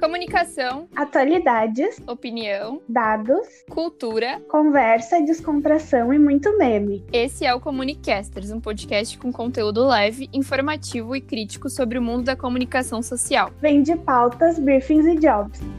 comunicação, Atualidades, opinião, dados, cultura. conversa, descontração e muito meme. Esse é o Comunicasters, um podcast com conteúdo leve, informativo e crítico sobre o mundo da comunicação social. Vende pautas, briefings e jobs.